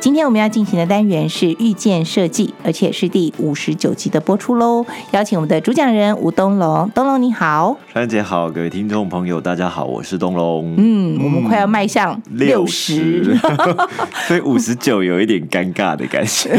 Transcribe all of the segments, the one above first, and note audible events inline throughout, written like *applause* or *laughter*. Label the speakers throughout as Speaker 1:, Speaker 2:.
Speaker 1: 今天我们要进行的单元是遇见设计，而且是第五十九集的播出喽。邀请我们的主讲人吴东龙，东龙你好。
Speaker 2: 珊姐好，各位听众朋友，大家好，我是东龙。
Speaker 1: 嗯，我们快要迈向六十，
Speaker 2: 所以五十九有一点尴尬的感觉。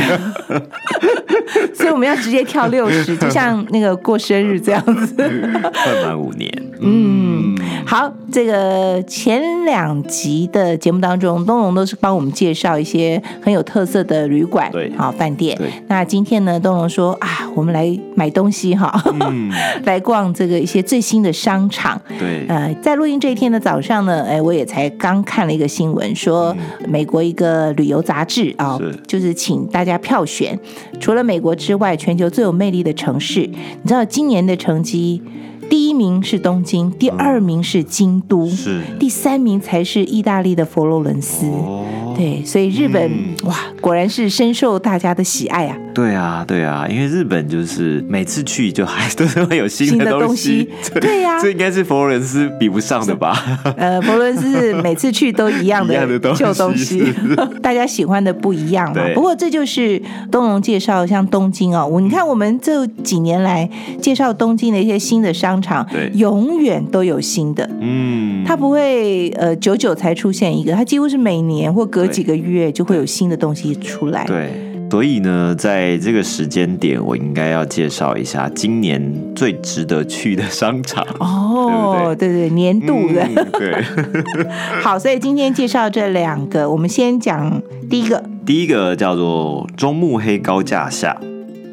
Speaker 1: 所以我们要直接跳六十，就像那个过生日这样子。
Speaker 2: 快满五年，
Speaker 1: 嗯，好，这个前两集的节目当中，东龙都是帮我们介绍一些很有特色的旅馆，
Speaker 2: 对
Speaker 1: 好饭店
Speaker 2: 对。
Speaker 1: 那今天呢，东龙说啊，我们来买东西哈，
Speaker 2: 嗯，
Speaker 1: *laughs* 来逛这个一些最新的商场。
Speaker 2: 对，
Speaker 1: 呃，在录音这一天的早上呢，哎，我也才刚看了一个新闻，说美国一个旅游杂志啊、
Speaker 2: 嗯是
Speaker 1: 就是请大家票选，除了美国之外，全球最有魅力的城市。你知道今年的成绩，第一名是东京，第二名是京都，
Speaker 2: 是
Speaker 1: 第三名才是意大利的佛罗伦斯。
Speaker 2: 哦，
Speaker 1: 对，所以日本、
Speaker 2: 嗯
Speaker 1: 哇，果然是深受大家的喜爱啊！
Speaker 2: 对啊，对啊，因为日本就是每次去就还都是会有新
Speaker 1: 新
Speaker 2: 的
Speaker 1: 的东
Speaker 2: 西
Speaker 1: 西，
Speaker 2: 这
Speaker 1: 对呀
Speaker 2: 这应该是佛罗伦斯比不上的吧？
Speaker 1: 呃，佛罗伦斯是每次去都一样
Speaker 2: 一样
Speaker 1: 的
Speaker 2: 的东西
Speaker 1: 旧东西，
Speaker 2: *laughs* 是
Speaker 1: 大家喜欢的不一样嘛
Speaker 2: 对。
Speaker 1: 不过这就是东龙介绍像东京哦，我你看我们这几年来介绍东京的一些新的商场
Speaker 2: 对，
Speaker 1: 永远都有新的。
Speaker 2: 嗯，
Speaker 1: 它不会呃久久才出现一个，它几乎是每年或隔
Speaker 2: 对
Speaker 1: 几个月就会有新的东西出来。
Speaker 2: 对。所以呢，在这个时间点，我应该要介绍一下今年最值得去的商场。
Speaker 1: 哦，对对，年度的、
Speaker 2: 嗯对，
Speaker 1: *laughs* 好，所以今天介绍这两个，我们先讲第一个，
Speaker 2: 第一个叫做中目黑高架下，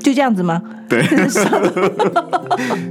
Speaker 1: 就这样子吗？ *laughs*
Speaker 2: 对，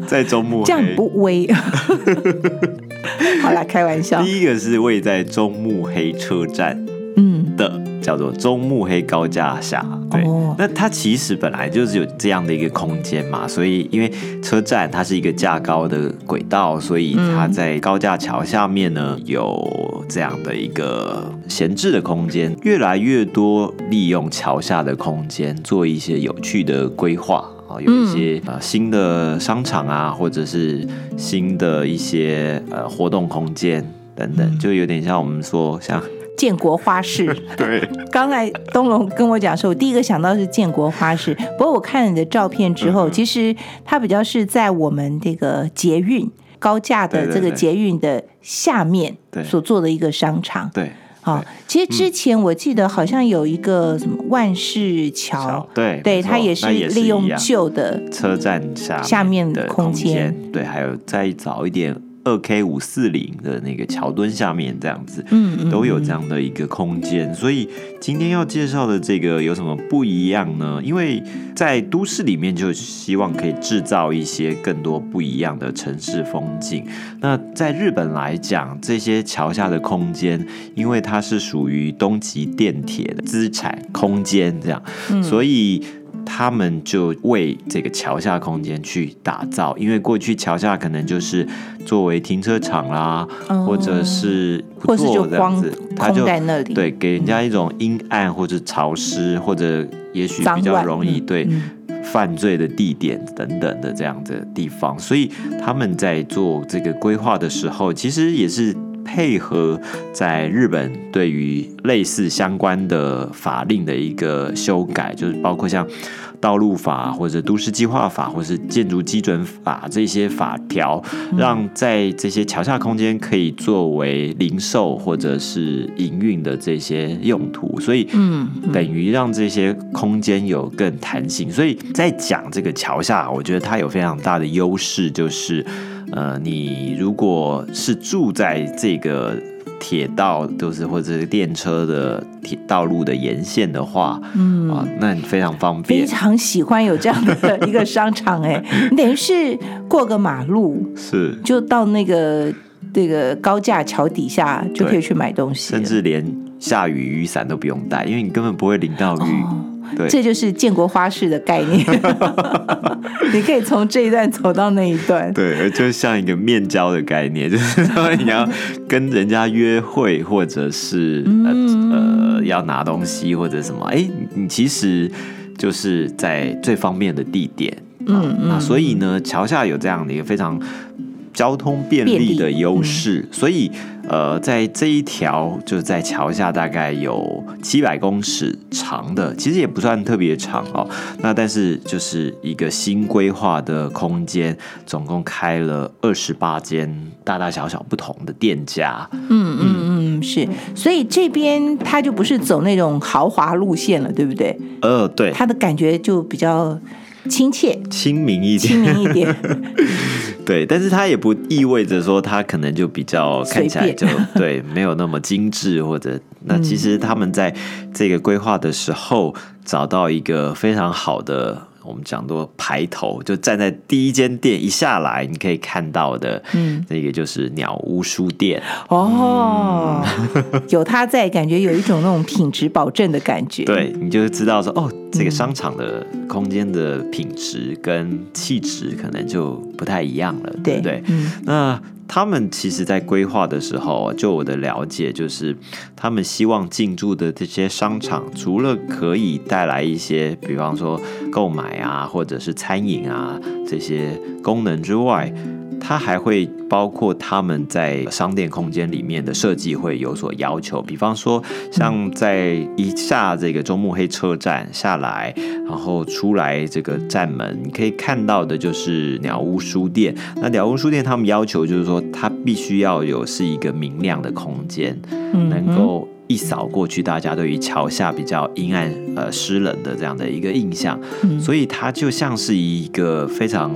Speaker 2: 在中目
Speaker 1: 这样很
Speaker 2: 黑。
Speaker 1: 不威。 *laughs* 好啦，开玩笑。
Speaker 2: 第一个是位在中目黑车站
Speaker 1: 嗯，
Speaker 2: 的，叫做中目黑高架下。对，
Speaker 1: 哦
Speaker 2: 那它其实本来就是有这样的一个空间嘛，所以因为车站它是一个架高的轨道，所以它在高架桥下面呢有这样的一个闲置的空间，越来越多利用桥下的空间做一些有趣的规划。啊，有一些呃新的商场啊，或者是新的一些呃活动空间等等，就有点像我们说像
Speaker 1: 建国花市。
Speaker 2: *laughs* 对
Speaker 1: 刚才东龙跟我讲说，我第一个想到是建国花市。不过我看了你的照片之
Speaker 2: 嗯
Speaker 1: 后，其实它比较是在我们这个捷运高架的
Speaker 2: 对对
Speaker 1: 这个
Speaker 2: 对
Speaker 1: 捷运的下面
Speaker 2: 对
Speaker 1: 所做的一个商场。
Speaker 2: 对
Speaker 1: 好、其实之前我记得好像有一个什么万世桥，
Speaker 2: 对
Speaker 1: 对，
Speaker 2: 没错
Speaker 1: 它也是
Speaker 2: 那也是
Speaker 1: 利用
Speaker 2: 一样
Speaker 1: 旧的
Speaker 2: 车站下
Speaker 1: 下面
Speaker 2: 的
Speaker 1: 空
Speaker 2: 空
Speaker 1: 间
Speaker 2: 对，还有再早一点二 K 五四零的那个桥墩下面这样子，
Speaker 1: 嗯嗯
Speaker 2: 都有这样的一个空间。所以今天要介绍的这个有什么不一样呢？因为在都市里面就希望可以制造一些更多不一样的城市风景。那在日本来讲，这些桥下的空间，因为它是属于东急电铁的资产空间这样，
Speaker 1: 嗯
Speaker 2: 所以。他们就为这个桥下空间去打造，因为过去桥下可能就是作为停车场啦，
Speaker 1: 哦
Speaker 2: 或者是
Speaker 1: 或是就
Speaker 2: 做这样
Speaker 1: 光
Speaker 2: 子，它
Speaker 1: 空
Speaker 2: 就
Speaker 1: 在那里，
Speaker 2: 对给人家一种阴暗或者潮湿，或者也许比
Speaker 1: 脏
Speaker 2: 较
Speaker 1: 乱
Speaker 2: 容易
Speaker 1: 嗯
Speaker 2: 对
Speaker 1: 嗯
Speaker 2: 犯罪的地点等等的这样的地方，所以他们在做这个规划的时候，其实也是配合在日本对于类似相关的法令的一个修改，就是包括像道路法或者都市计划法或是建筑基准法这些法条，让在这些桥下空间可以作为零售或者是营运的这些用途，所以
Speaker 1: 嗯
Speaker 2: 等于让这些空间有更弹性。所以在讲这个桥下，我觉得它有非常大的优势，就是呃，你如果是住在这个。铁道就是或者是电车的铁道路的沿线的话，嗯啊，那你非常方
Speaker 1: 非
Speaker 2: 便，
Speaker 1: 常喜欢有这样的一个商场、
Speaker 2: *laughs*
Speaker 1: 哎，你等于是过个马路
Speaker 2: 是
Speaker 1: 就到那个这个高架桥底下就可以去买东西了，
Speaker 2: 甚至连下雨雨伞都不用带，因为你根本不会淋到雨。
Speaker 1: 哦
Speaker 2: 对，
Speaker 1: 这就是建国花市的概
Speaker 2: *laughs*
Speaker 1: 念，你可以从这一段走到那一段。
Speaker 2: 对，而就像一个面交的概念，就是说你要跟人家约会，或者是呃呃要拿东西或者什么，哎、你你其实就是在最方便的地点。嗯嗯，那所嗯以呢，桥下有这样的一个非常交通便利的优势，所以呃，在这一条就是在桥下大概有七百公尺长的，其实也不算特别长哦。那但是就是一个新规划的空间，总共开了二十八间大大小小不同的店家。
Speaker 1: 嗯嗯嗯，是，所以这边它就不是走那种豪华路线了，对不对？
Speaker 2: 呃，对，
Speaker 1: 它的感觉就比较亲切、
Speaker 2: 亲民一
Speaker 1: 亲
Speaker 2: 点，
Speaker 1: 民一
Speaker 2: *laughs*
Speaker 1: 点。
Speaker 2: 对，但是它也不意味着说它可能就比较看起来就对没有那么精致，或者那其实他们在这个规划的时候找到一个非常好的。我们讲多排头，就站在第一间店一下来，你可以看到的，嗯，这个就是鸟屋书店。
Speaker 1: 哦，有它在，感觉有一种那种品质保证的感觉。，
Speaker 2: 对，你就知道说，哦，这个商场的空间的品质跟气质可能就不太一样了，
Speaker 1: 对
Speaker 2: 对不对？
Speaker 1: 嗯
Speaker 2: 那他们其实，在规划的时候啊，就我的了解，就是他们希望进驻的这些商场，除了可以带来一些，比方说购买啊，或者是餐饮啊这些功能之外，它还会包括他们在商店空间里面的设计会有所要求，比方说像在一下这个中目黑车站下来，然后出来这个站门，你可以看到的就是鸟屋书店。那鸟屋书店他们要求就是说，它必须要有是一个明亮的空间，
Speaker 1: 嗯
Speaker 2: 能够一扫过去大家对于桥下比较阴暗、呃湿冷的这样的一个印象，
Speaker 1: 嗯
Speaker 2: 所以它就像是一个非常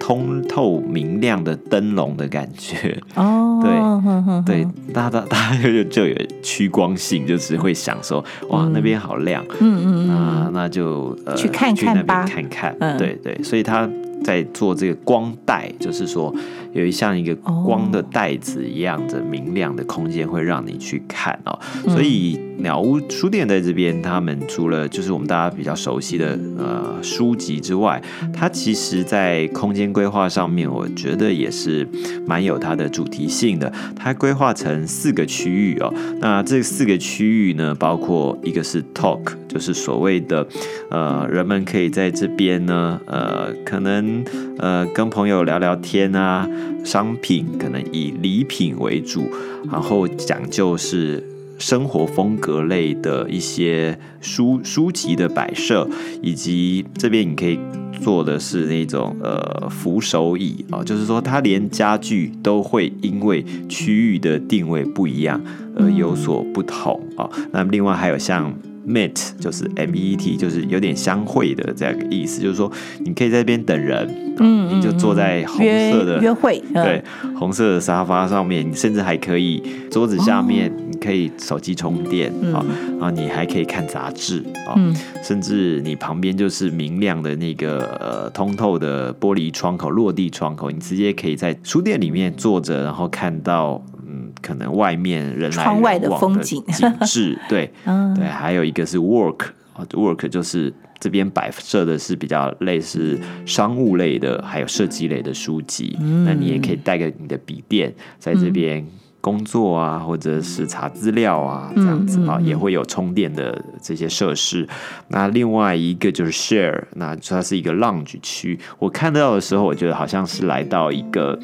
Speaker 2: 通透明亮的灯笼的感觉。
Speaker 1: 哦，
Speaker 2: 对
Speaker 1: 哼哼
Speaker 2: 对
Speaker 1: 哼，
Speaker 2: 大家大家就就有趋光性，就是会想说，哇，那边好亮，
Speaker 1: 嗯嗯嗯，
Speaker 2: 那那就呃
Speaker 1: 去看
Speaker 2: 去那
Speaker 1: 看
Speaker 2: 边
Speaker 1: 吧
Speaker 2: 看看，
Speaker 1: 嗯
Speaker 2: 对对，所以他在做这个光带，就是说有一像一个光的带子一样的明亮的空间，会让你去看哦。所以鸟屋书店在这边，他们除了就是我们大家比较熟悉的呃书籍之外，它其实在空间规划上面，我觉得也是蛮有它的主题性的。它规划成四个区域哦，那这四个区域呢，包括一个是 talk，就是所谓的呃，人们可以在这边呢，呃，可能呃跟朋友聊聊天啊，商品可能以礼品为主，然后讲究是。生活风格类的一些书书籍的摆设，以及这边你可以做的是那种呃扶手椅啊、就是说它连家具都会因为区域的定位不一样
Speaker 1: 嗯
Speaker 2: 而有所不同啊、那另外还有像 meet 就是 M E E T，就是有点相会的这样一个意思，就是说你可以在这边等人，啊
Speaker 1: 嗯
Speaker 2: 你就坐在红
Speaker 1: 约
Speaker 2: 色的
Speaker 1: 约会，嗯
Speaker 2: *laughs* 对，红色的沙发上面，你甚至还可以桌子下面，你可以手机充电啊，然后你还可以看杂志啊，
Speaker 1: 嗯
Speaker 2: 甚至你旁边就是明亮的那个呃通透的玻璃窗口、落地窗口，你直接可以在书店里面坐着，然后看到。嗯，可能外面人来
Speaker 1: 窗
Speaker 2: 人
Speaker 1: 外
Speaker 2: 往
Speaker 1: 的
Speaker 2: 的
Speaker 1: 风景
Speaker 2: 景致，
Speaker 1: *laughs*
Speaker 2: 对，
Speaker 1: 嗯
Speaker 2: 对，还有一个是 work 啊，work 就是这边摆设的是比较类似商务类的，还有设计类的书籍。那你也可以带个你的笔电在这边工作啊，或者是查资料啊，这样子啊，也会有充电的这些设施。那另外一个就是 share，那它是一个 lounge 区。我看到的时候，我觉得好像是来到一个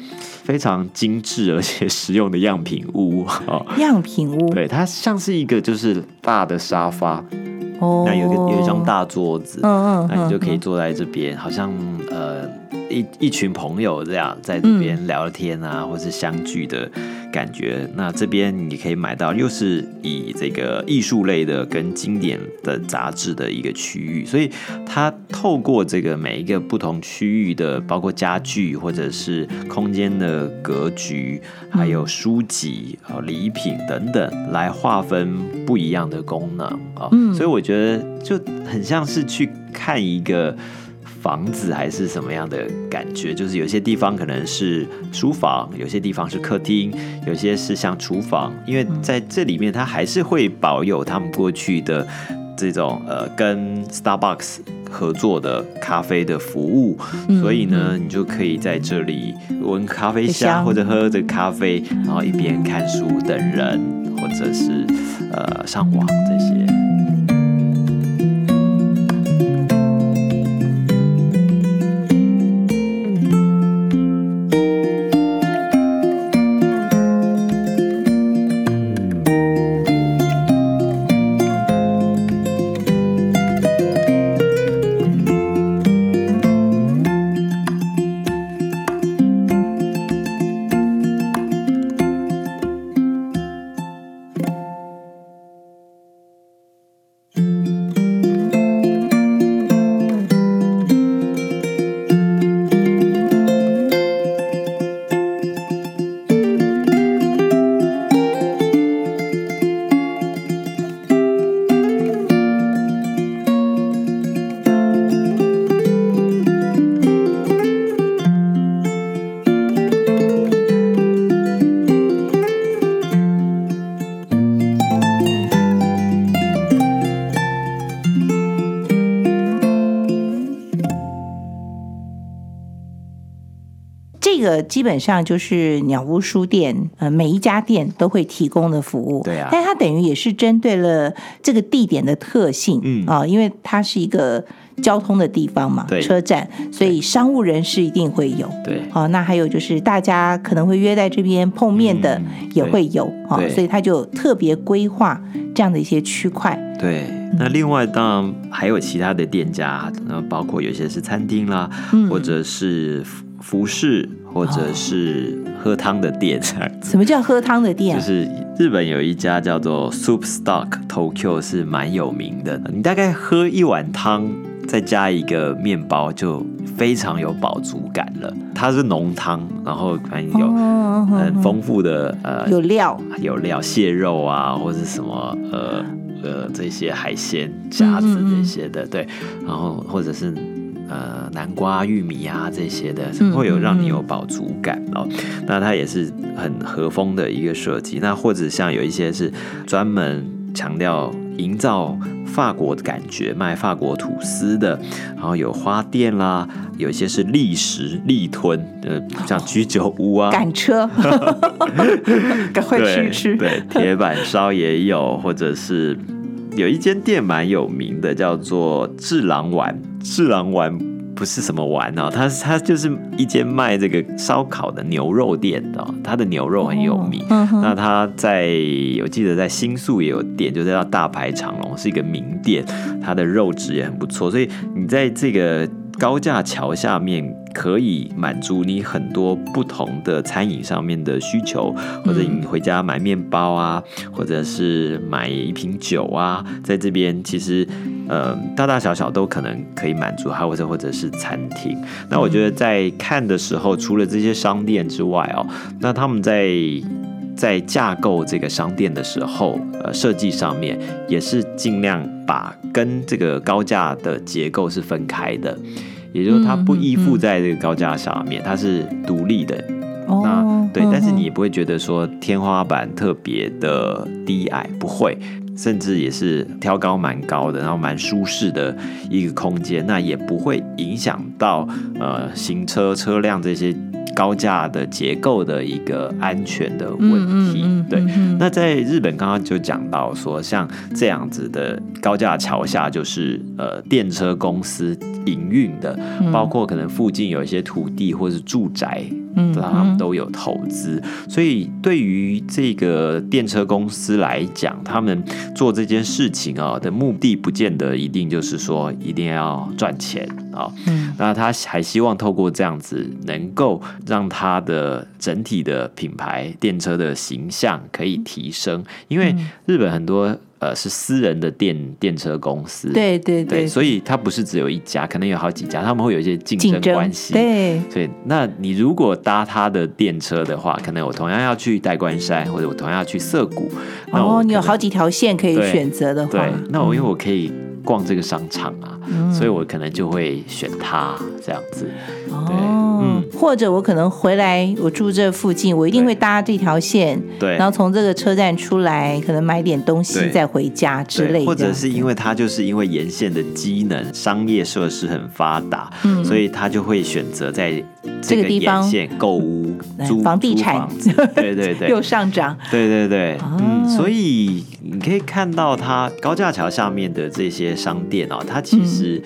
Speaker 2: 非常精致而且实用的样品屋啊。
Speaker 1: 样品屋，
Speaker 2: 对，它像是一个就是大的沙发，
Speaker 1: 哦，
Speaker 2: 那有一个有一张，大桌子，
Speaker 1: 嗯嗯
Speaker 2: 那你就可以坐在这边，好像呃一一群朋友这样在
Speaker 1: 嗯
Speaker 2: 这边聊天啊，或是相聚的感觉。那这边你可以买到，又是以这个艺术类的跟经典的杂志的一个区域，所以它透过这个每一个不同区域的，包括家具或者是空间的格局，还有书籍、啊礼品等等，来划分不一样的功能啊。所以我觉得就很像是去看一个。房子还是什么样的感觉？就是有些地方可能是书房，有些地方是客厅，有些是像厨房，因为在这里面它还是会保有他们过去的这种呃跟 Starbucks 合作的咖啡的服务，所以呢，你就可以在这里闻咖啡香
Speaker 1: 香
Speaker 2: 或者喝着咖啡，然后一边看书等人，或者是呃上网这些。
Speaker 3: thank
Speaker 1: 这个基本上就是鸟屋书店，呃，每一家店都会提供的服务。
Speaker 2: 对啊
Speaker 1: 但它等于也是针对了这个地点的特性，
Speaker 2: 嗯
Speaker 1: 啊、因为它是一个交通的地方嘛，
Speaker 2: 对
Speaker 1: 车站，所以商务人士一定会有。
Speaker 2: 对
Speaker 1: 哦，那还有就是大家可能会约在这边碰面的
Speaker 2: 嗯
Speaker 1: 也会有啊、
Speaker 2: 对
Speaker 1: 所以它就特别规划这样的一些区块。
Speaker 2: 对，
Speaker 1: 嗯
Speaker 2: 那另外当然还有其他的店家，那包括有些是餐厅啦，
Speaker 1: 嗯
Speaker 2: 或者是服服饰，或者是喝汤的店 *laughs* 这样子。
Speaker 1: 什么叫喝汤的店
Speaker 2: 就
Speaker 1: 啊？
Speaker 2: 是日本有一家叫做 Soup Stock Tokyo 是蛮有名的，你大概喝一碗汤，再加一个面包，就非常有饱足感了。它是浓汤，然后反正有
Speaker 1: 哦哦哦
Speaker 2: 很丰富的呃
Speaker 1: 有料，
Speaker 2: 有料蟹肉啊，或是什么呃呃这些海鲜虾子
Speaker 1: 嗯嗯嗯
Speaker 2: 这些的，对，然后或者是呃南瓜、玉米啊这些的
Speaker 1: 嗯，
Speaker 2: 会有让你
Speaker 1: 嗯嗯
Speaker 2: 有饱足感哦。那它也是很和风的一个设计。那或者像有一些是专门强调营造法国的感觉，卖法国吐司的，然后有花店啦，有一些是立食立吞，呃，像居酒屋啊，
Speaker 1: 赶
Speaker 2: *laughs*
Speaker 1: 车，赶快
Speaker 2: 对
Speaker 1: 吃吃。
Speaker 2: 对，铁板烧也有，或者是有一间店蛮有名的，叫做智郎丸。智郎丸不是什么丸哦，它它就是一间卖这个烧烤的牛肉店的哦、它的牛肉很有名。
Speaker 1: 嗯哼，
Speaker 2: 那它在我记得在新宿也有店，就是叫大排长龙，是一个名店，它的肉质也很不错，所以你在这个高架桥下面。可以满足你很多不同的餐饮上面的需求，或者你回家买面包啊，或者是买一瓶酒啊，在这边其实，呃，大大小小都可能可以满足它，或者或者是餐厅。那我觉得在看的时候，除了这些商店之外哦，那他们在在架构这个商店的时候，呃，设计上面也是尽量把跟这个高架的结构是分开的，也就是说它不依附在这个高架上面，它是独立的。那
Speaker 1: 哦，
Speaker 2: 对，
Speaker 1: 嗯
Speaker 2: 但是
Speaker 1: 哼
Speaker 2: 你也不会觉得说天花板特别的低矮，不会。甚至也是挑高蛮高的，然后蛮舒适的一个空间，那也不会影响到呃行车车辆这些高架的结构的一个安全的问题。
Speaker 1: 嗯嗯嗯
Speaker 2: 对，
Speaker 1: 嗯嗯
Speaker 2: 那在日本刚刚就讲到说，像这样子的高架桥下，就是呃电车公司营运的，包括可能附近有一些土地或是住宅，
Speaker 1: 嗯
Speaker 2: 他们
Speaker 1: 嗯
Speaker 2: 都有投资，所以对于这个电车公司来讲，他们做这件事情啊、的目的，不见得一定就是说一定要赚钱啊、
Speaker 1: 嗯
Speaker 2: 那他还希望透过这样子，能够让他的整体的品牌电车的形象可以提升，因为
Speaker 1: 嗯
Speaker 2: 日本很多呃是私人的电电车公司，
Speaker 1: 对对
Speaker 2: 对所以它不是只有一家，可能有好几家，他们会有一些竞
Speaker 1: 竞
Speaker 2: 争
Speaker 1: 争
Speaker 2: 关系，
Speaker 1: 对，
Speaker 2: 对，那你如果搭他的电车的话，可能我同样要去代官山，或者我同样要去涩谷，那我
Speaker 1: 哦，你有嗯
Speaker 2: 可能
Speaker 1: 好几条线可以
Speaker 2: 对
Speaker 1: 选择的话
Speaker 2: 对，，那我因为我可以逛这个商场啊，
Speaker 1: 嗯
Speaker 2: 所以我可能就会选它这样子。对嗯
Speaker 1: 哦，或者我可能回来，我住这附近，我一定
Speaker 2: 对
Speaker 1: 会搭这条线，
Speaker 2: 对，
Speaker 1: 然后从这个车站出来，可能买点东西
Speaker 2: 对
Speaker 1: 再回家之
Speaker 2: 对
Speaker 1: 类的，
Speaker 2: 或者是因为它就是因为沿线的机能、商业设施很发达，所以他就会选择在
Speaker 1: 嗯这
Speaker 2: 这
Speaker 1: 个
Speaker 2: 个
Speaker 1: 地
Speaker 2: 沿
Speaker 1: 方
Speaker 2: 线购屋、
Speaker 1: 哎
Speaker 2: 租
Speaker 1: 房地
Speaker 2: 租
Speaker 1: 产
Speaker 2: 房子对对
Speaker 1: *laughs*
Speaker 2: 对，
Speaker 1: 又上涨，
Speaker 2: 对对对，
Speaker 1: 啊
Speaker 2: 嗯，所以你可以看到它高架桥下面的这些商店哦，它其实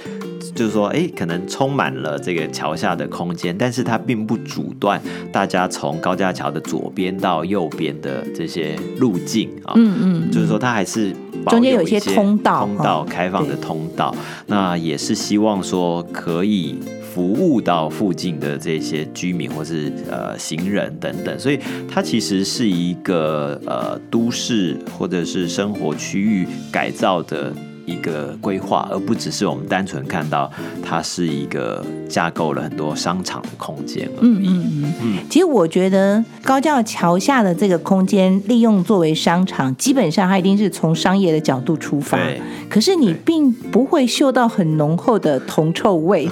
Speaker 2: 就是说，哎，可能充满了这个桥下的空间，但是它并不阻断大家从高架桥的左边到右边的这些路径啊、
Speaker 1: 嗯嗯，
Speaker 2: 就是说它还是保
Speaker 1: 中间有
Speaker 2: 一
Speaker 1: 一些
Speaker 2: 些
Speaker 1: 通道
Speaker 2: 通道、
Speaker 1: 哦
Speaker 2: 开放的
Speaker 1: 对
Speaker 2: 通道，那也是希望说可以。服务到附近的这些居民或是呃行人等等，所以它其实是一个呃都市或者是生活区域改造的一个规划，而不只是我们单纯看到它是一个架构了很多商场的空间而已。
Speaker 1: 嗯嗯
Speaker 2: 嗯，
Speaker 1: 其实我觉得高架桥下的这个空间利用作为商场，基本上它一定是从商业的角度出发。
Speaker 2: 对
Speaker 1: 可是你
Speaker 2: 对
Speaker 1: 并不会嗅到很浓厚的铜臭味，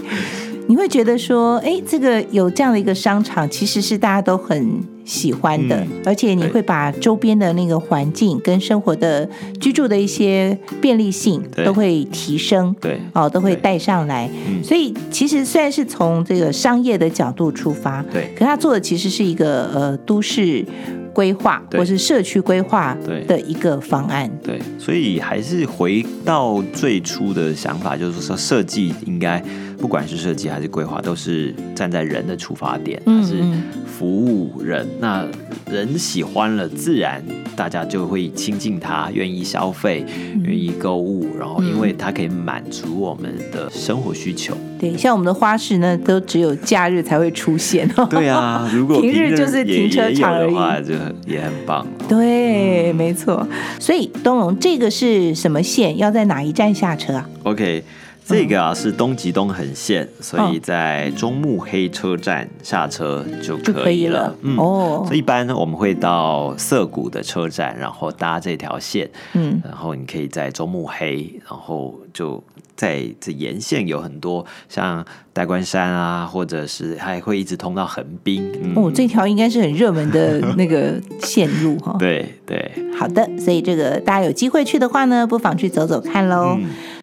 Speaker 1: 你会觉得说，哎，这个有这样的一个商场，其实是大家都很喜欢的，
Speaker 2: 嗯
Speaker 1: 而且你会把周边的那个环境跟生活的居住的一些便利性
Speaker 2: 对
Speaker 1: 都会提升。
Speaker 2: 对，
Speaker 1: 哦，都会
Speaker 2: 对
Speaker 1: 带上来，
Speaker 2: 嗯
Speaker 1: 所以其实虽然是从这个商业的角度出发，
Speaker 2: 对，
Speaker 1: 可他做的其实是一个呃都市规划
Speaker 2: 对
Speaker 1: 或是社区规划
Speaker 2: 对
Speaker 1: 的一个方案。
Speaker 2: 对，所以还是回到最初的想法，就是说设计应该不管是设计还是规划，都是站在人的出发点，它
Speaker 1: 嗯
Speaker 2: 是
Speaker 1: 嗯
Speaker 2: 服务人。那人喜欢了，自然大家就会亲近它，愿意消费，
Speaker 1: 嗯
Speaker 2: 愿意购物，然后因为它可以满足我们的生活需求。
Speaker 1: 对，像我们的花市呢，都只有假日才会出现。
Speaker 2: *laughs* 对啊，如果
Speaker 1: 平日
Speaker 2: 日
Speaker 1: 就是
Speaker 2: 也
Speaker 1: 停车
Speaker 2: 也有
Speaker 1: 场而
Speaker 2: 的
Speaker 1: 已
Speaker 2: 话，就很也很棒。
Speaker 1: *laughs* 对，
Speaker 2: 嗯
Speaker 1: 没错。所以东龙这个是什么线？要在哪一站下车啊？
Speaker 2: OK，这个啊是东极东横线，所
Speaker 1: 嗯
Speaker 2: 以在中目黑车站下车就
Speaker 1: 就
Speaker 2: 可
Speaker 1: 可
Speaker 2: 以
Speaker 1: 以
Speaker 2: 了。
Speaker 1: 了。
Speaker 2: 嗯。
Speaker 1: 哦
Speaker 2: 所，以一般我们会到涩谷的车站，然后搭这条线，
Speaker 1: 嗯，
Speaker 2: 然后你可以在中目黑，然后就在这沿线有很多像代官山啊，或者是还会一直通到横滨。嗯
Speaker 1: 哦，这条应该是很热门的那个线路哈。
Speaker 2: 对对，
Speaker 1: 好的，所以这个大家有机会去的话呢，不妨去走走看喽。
Speaker 2: 嗯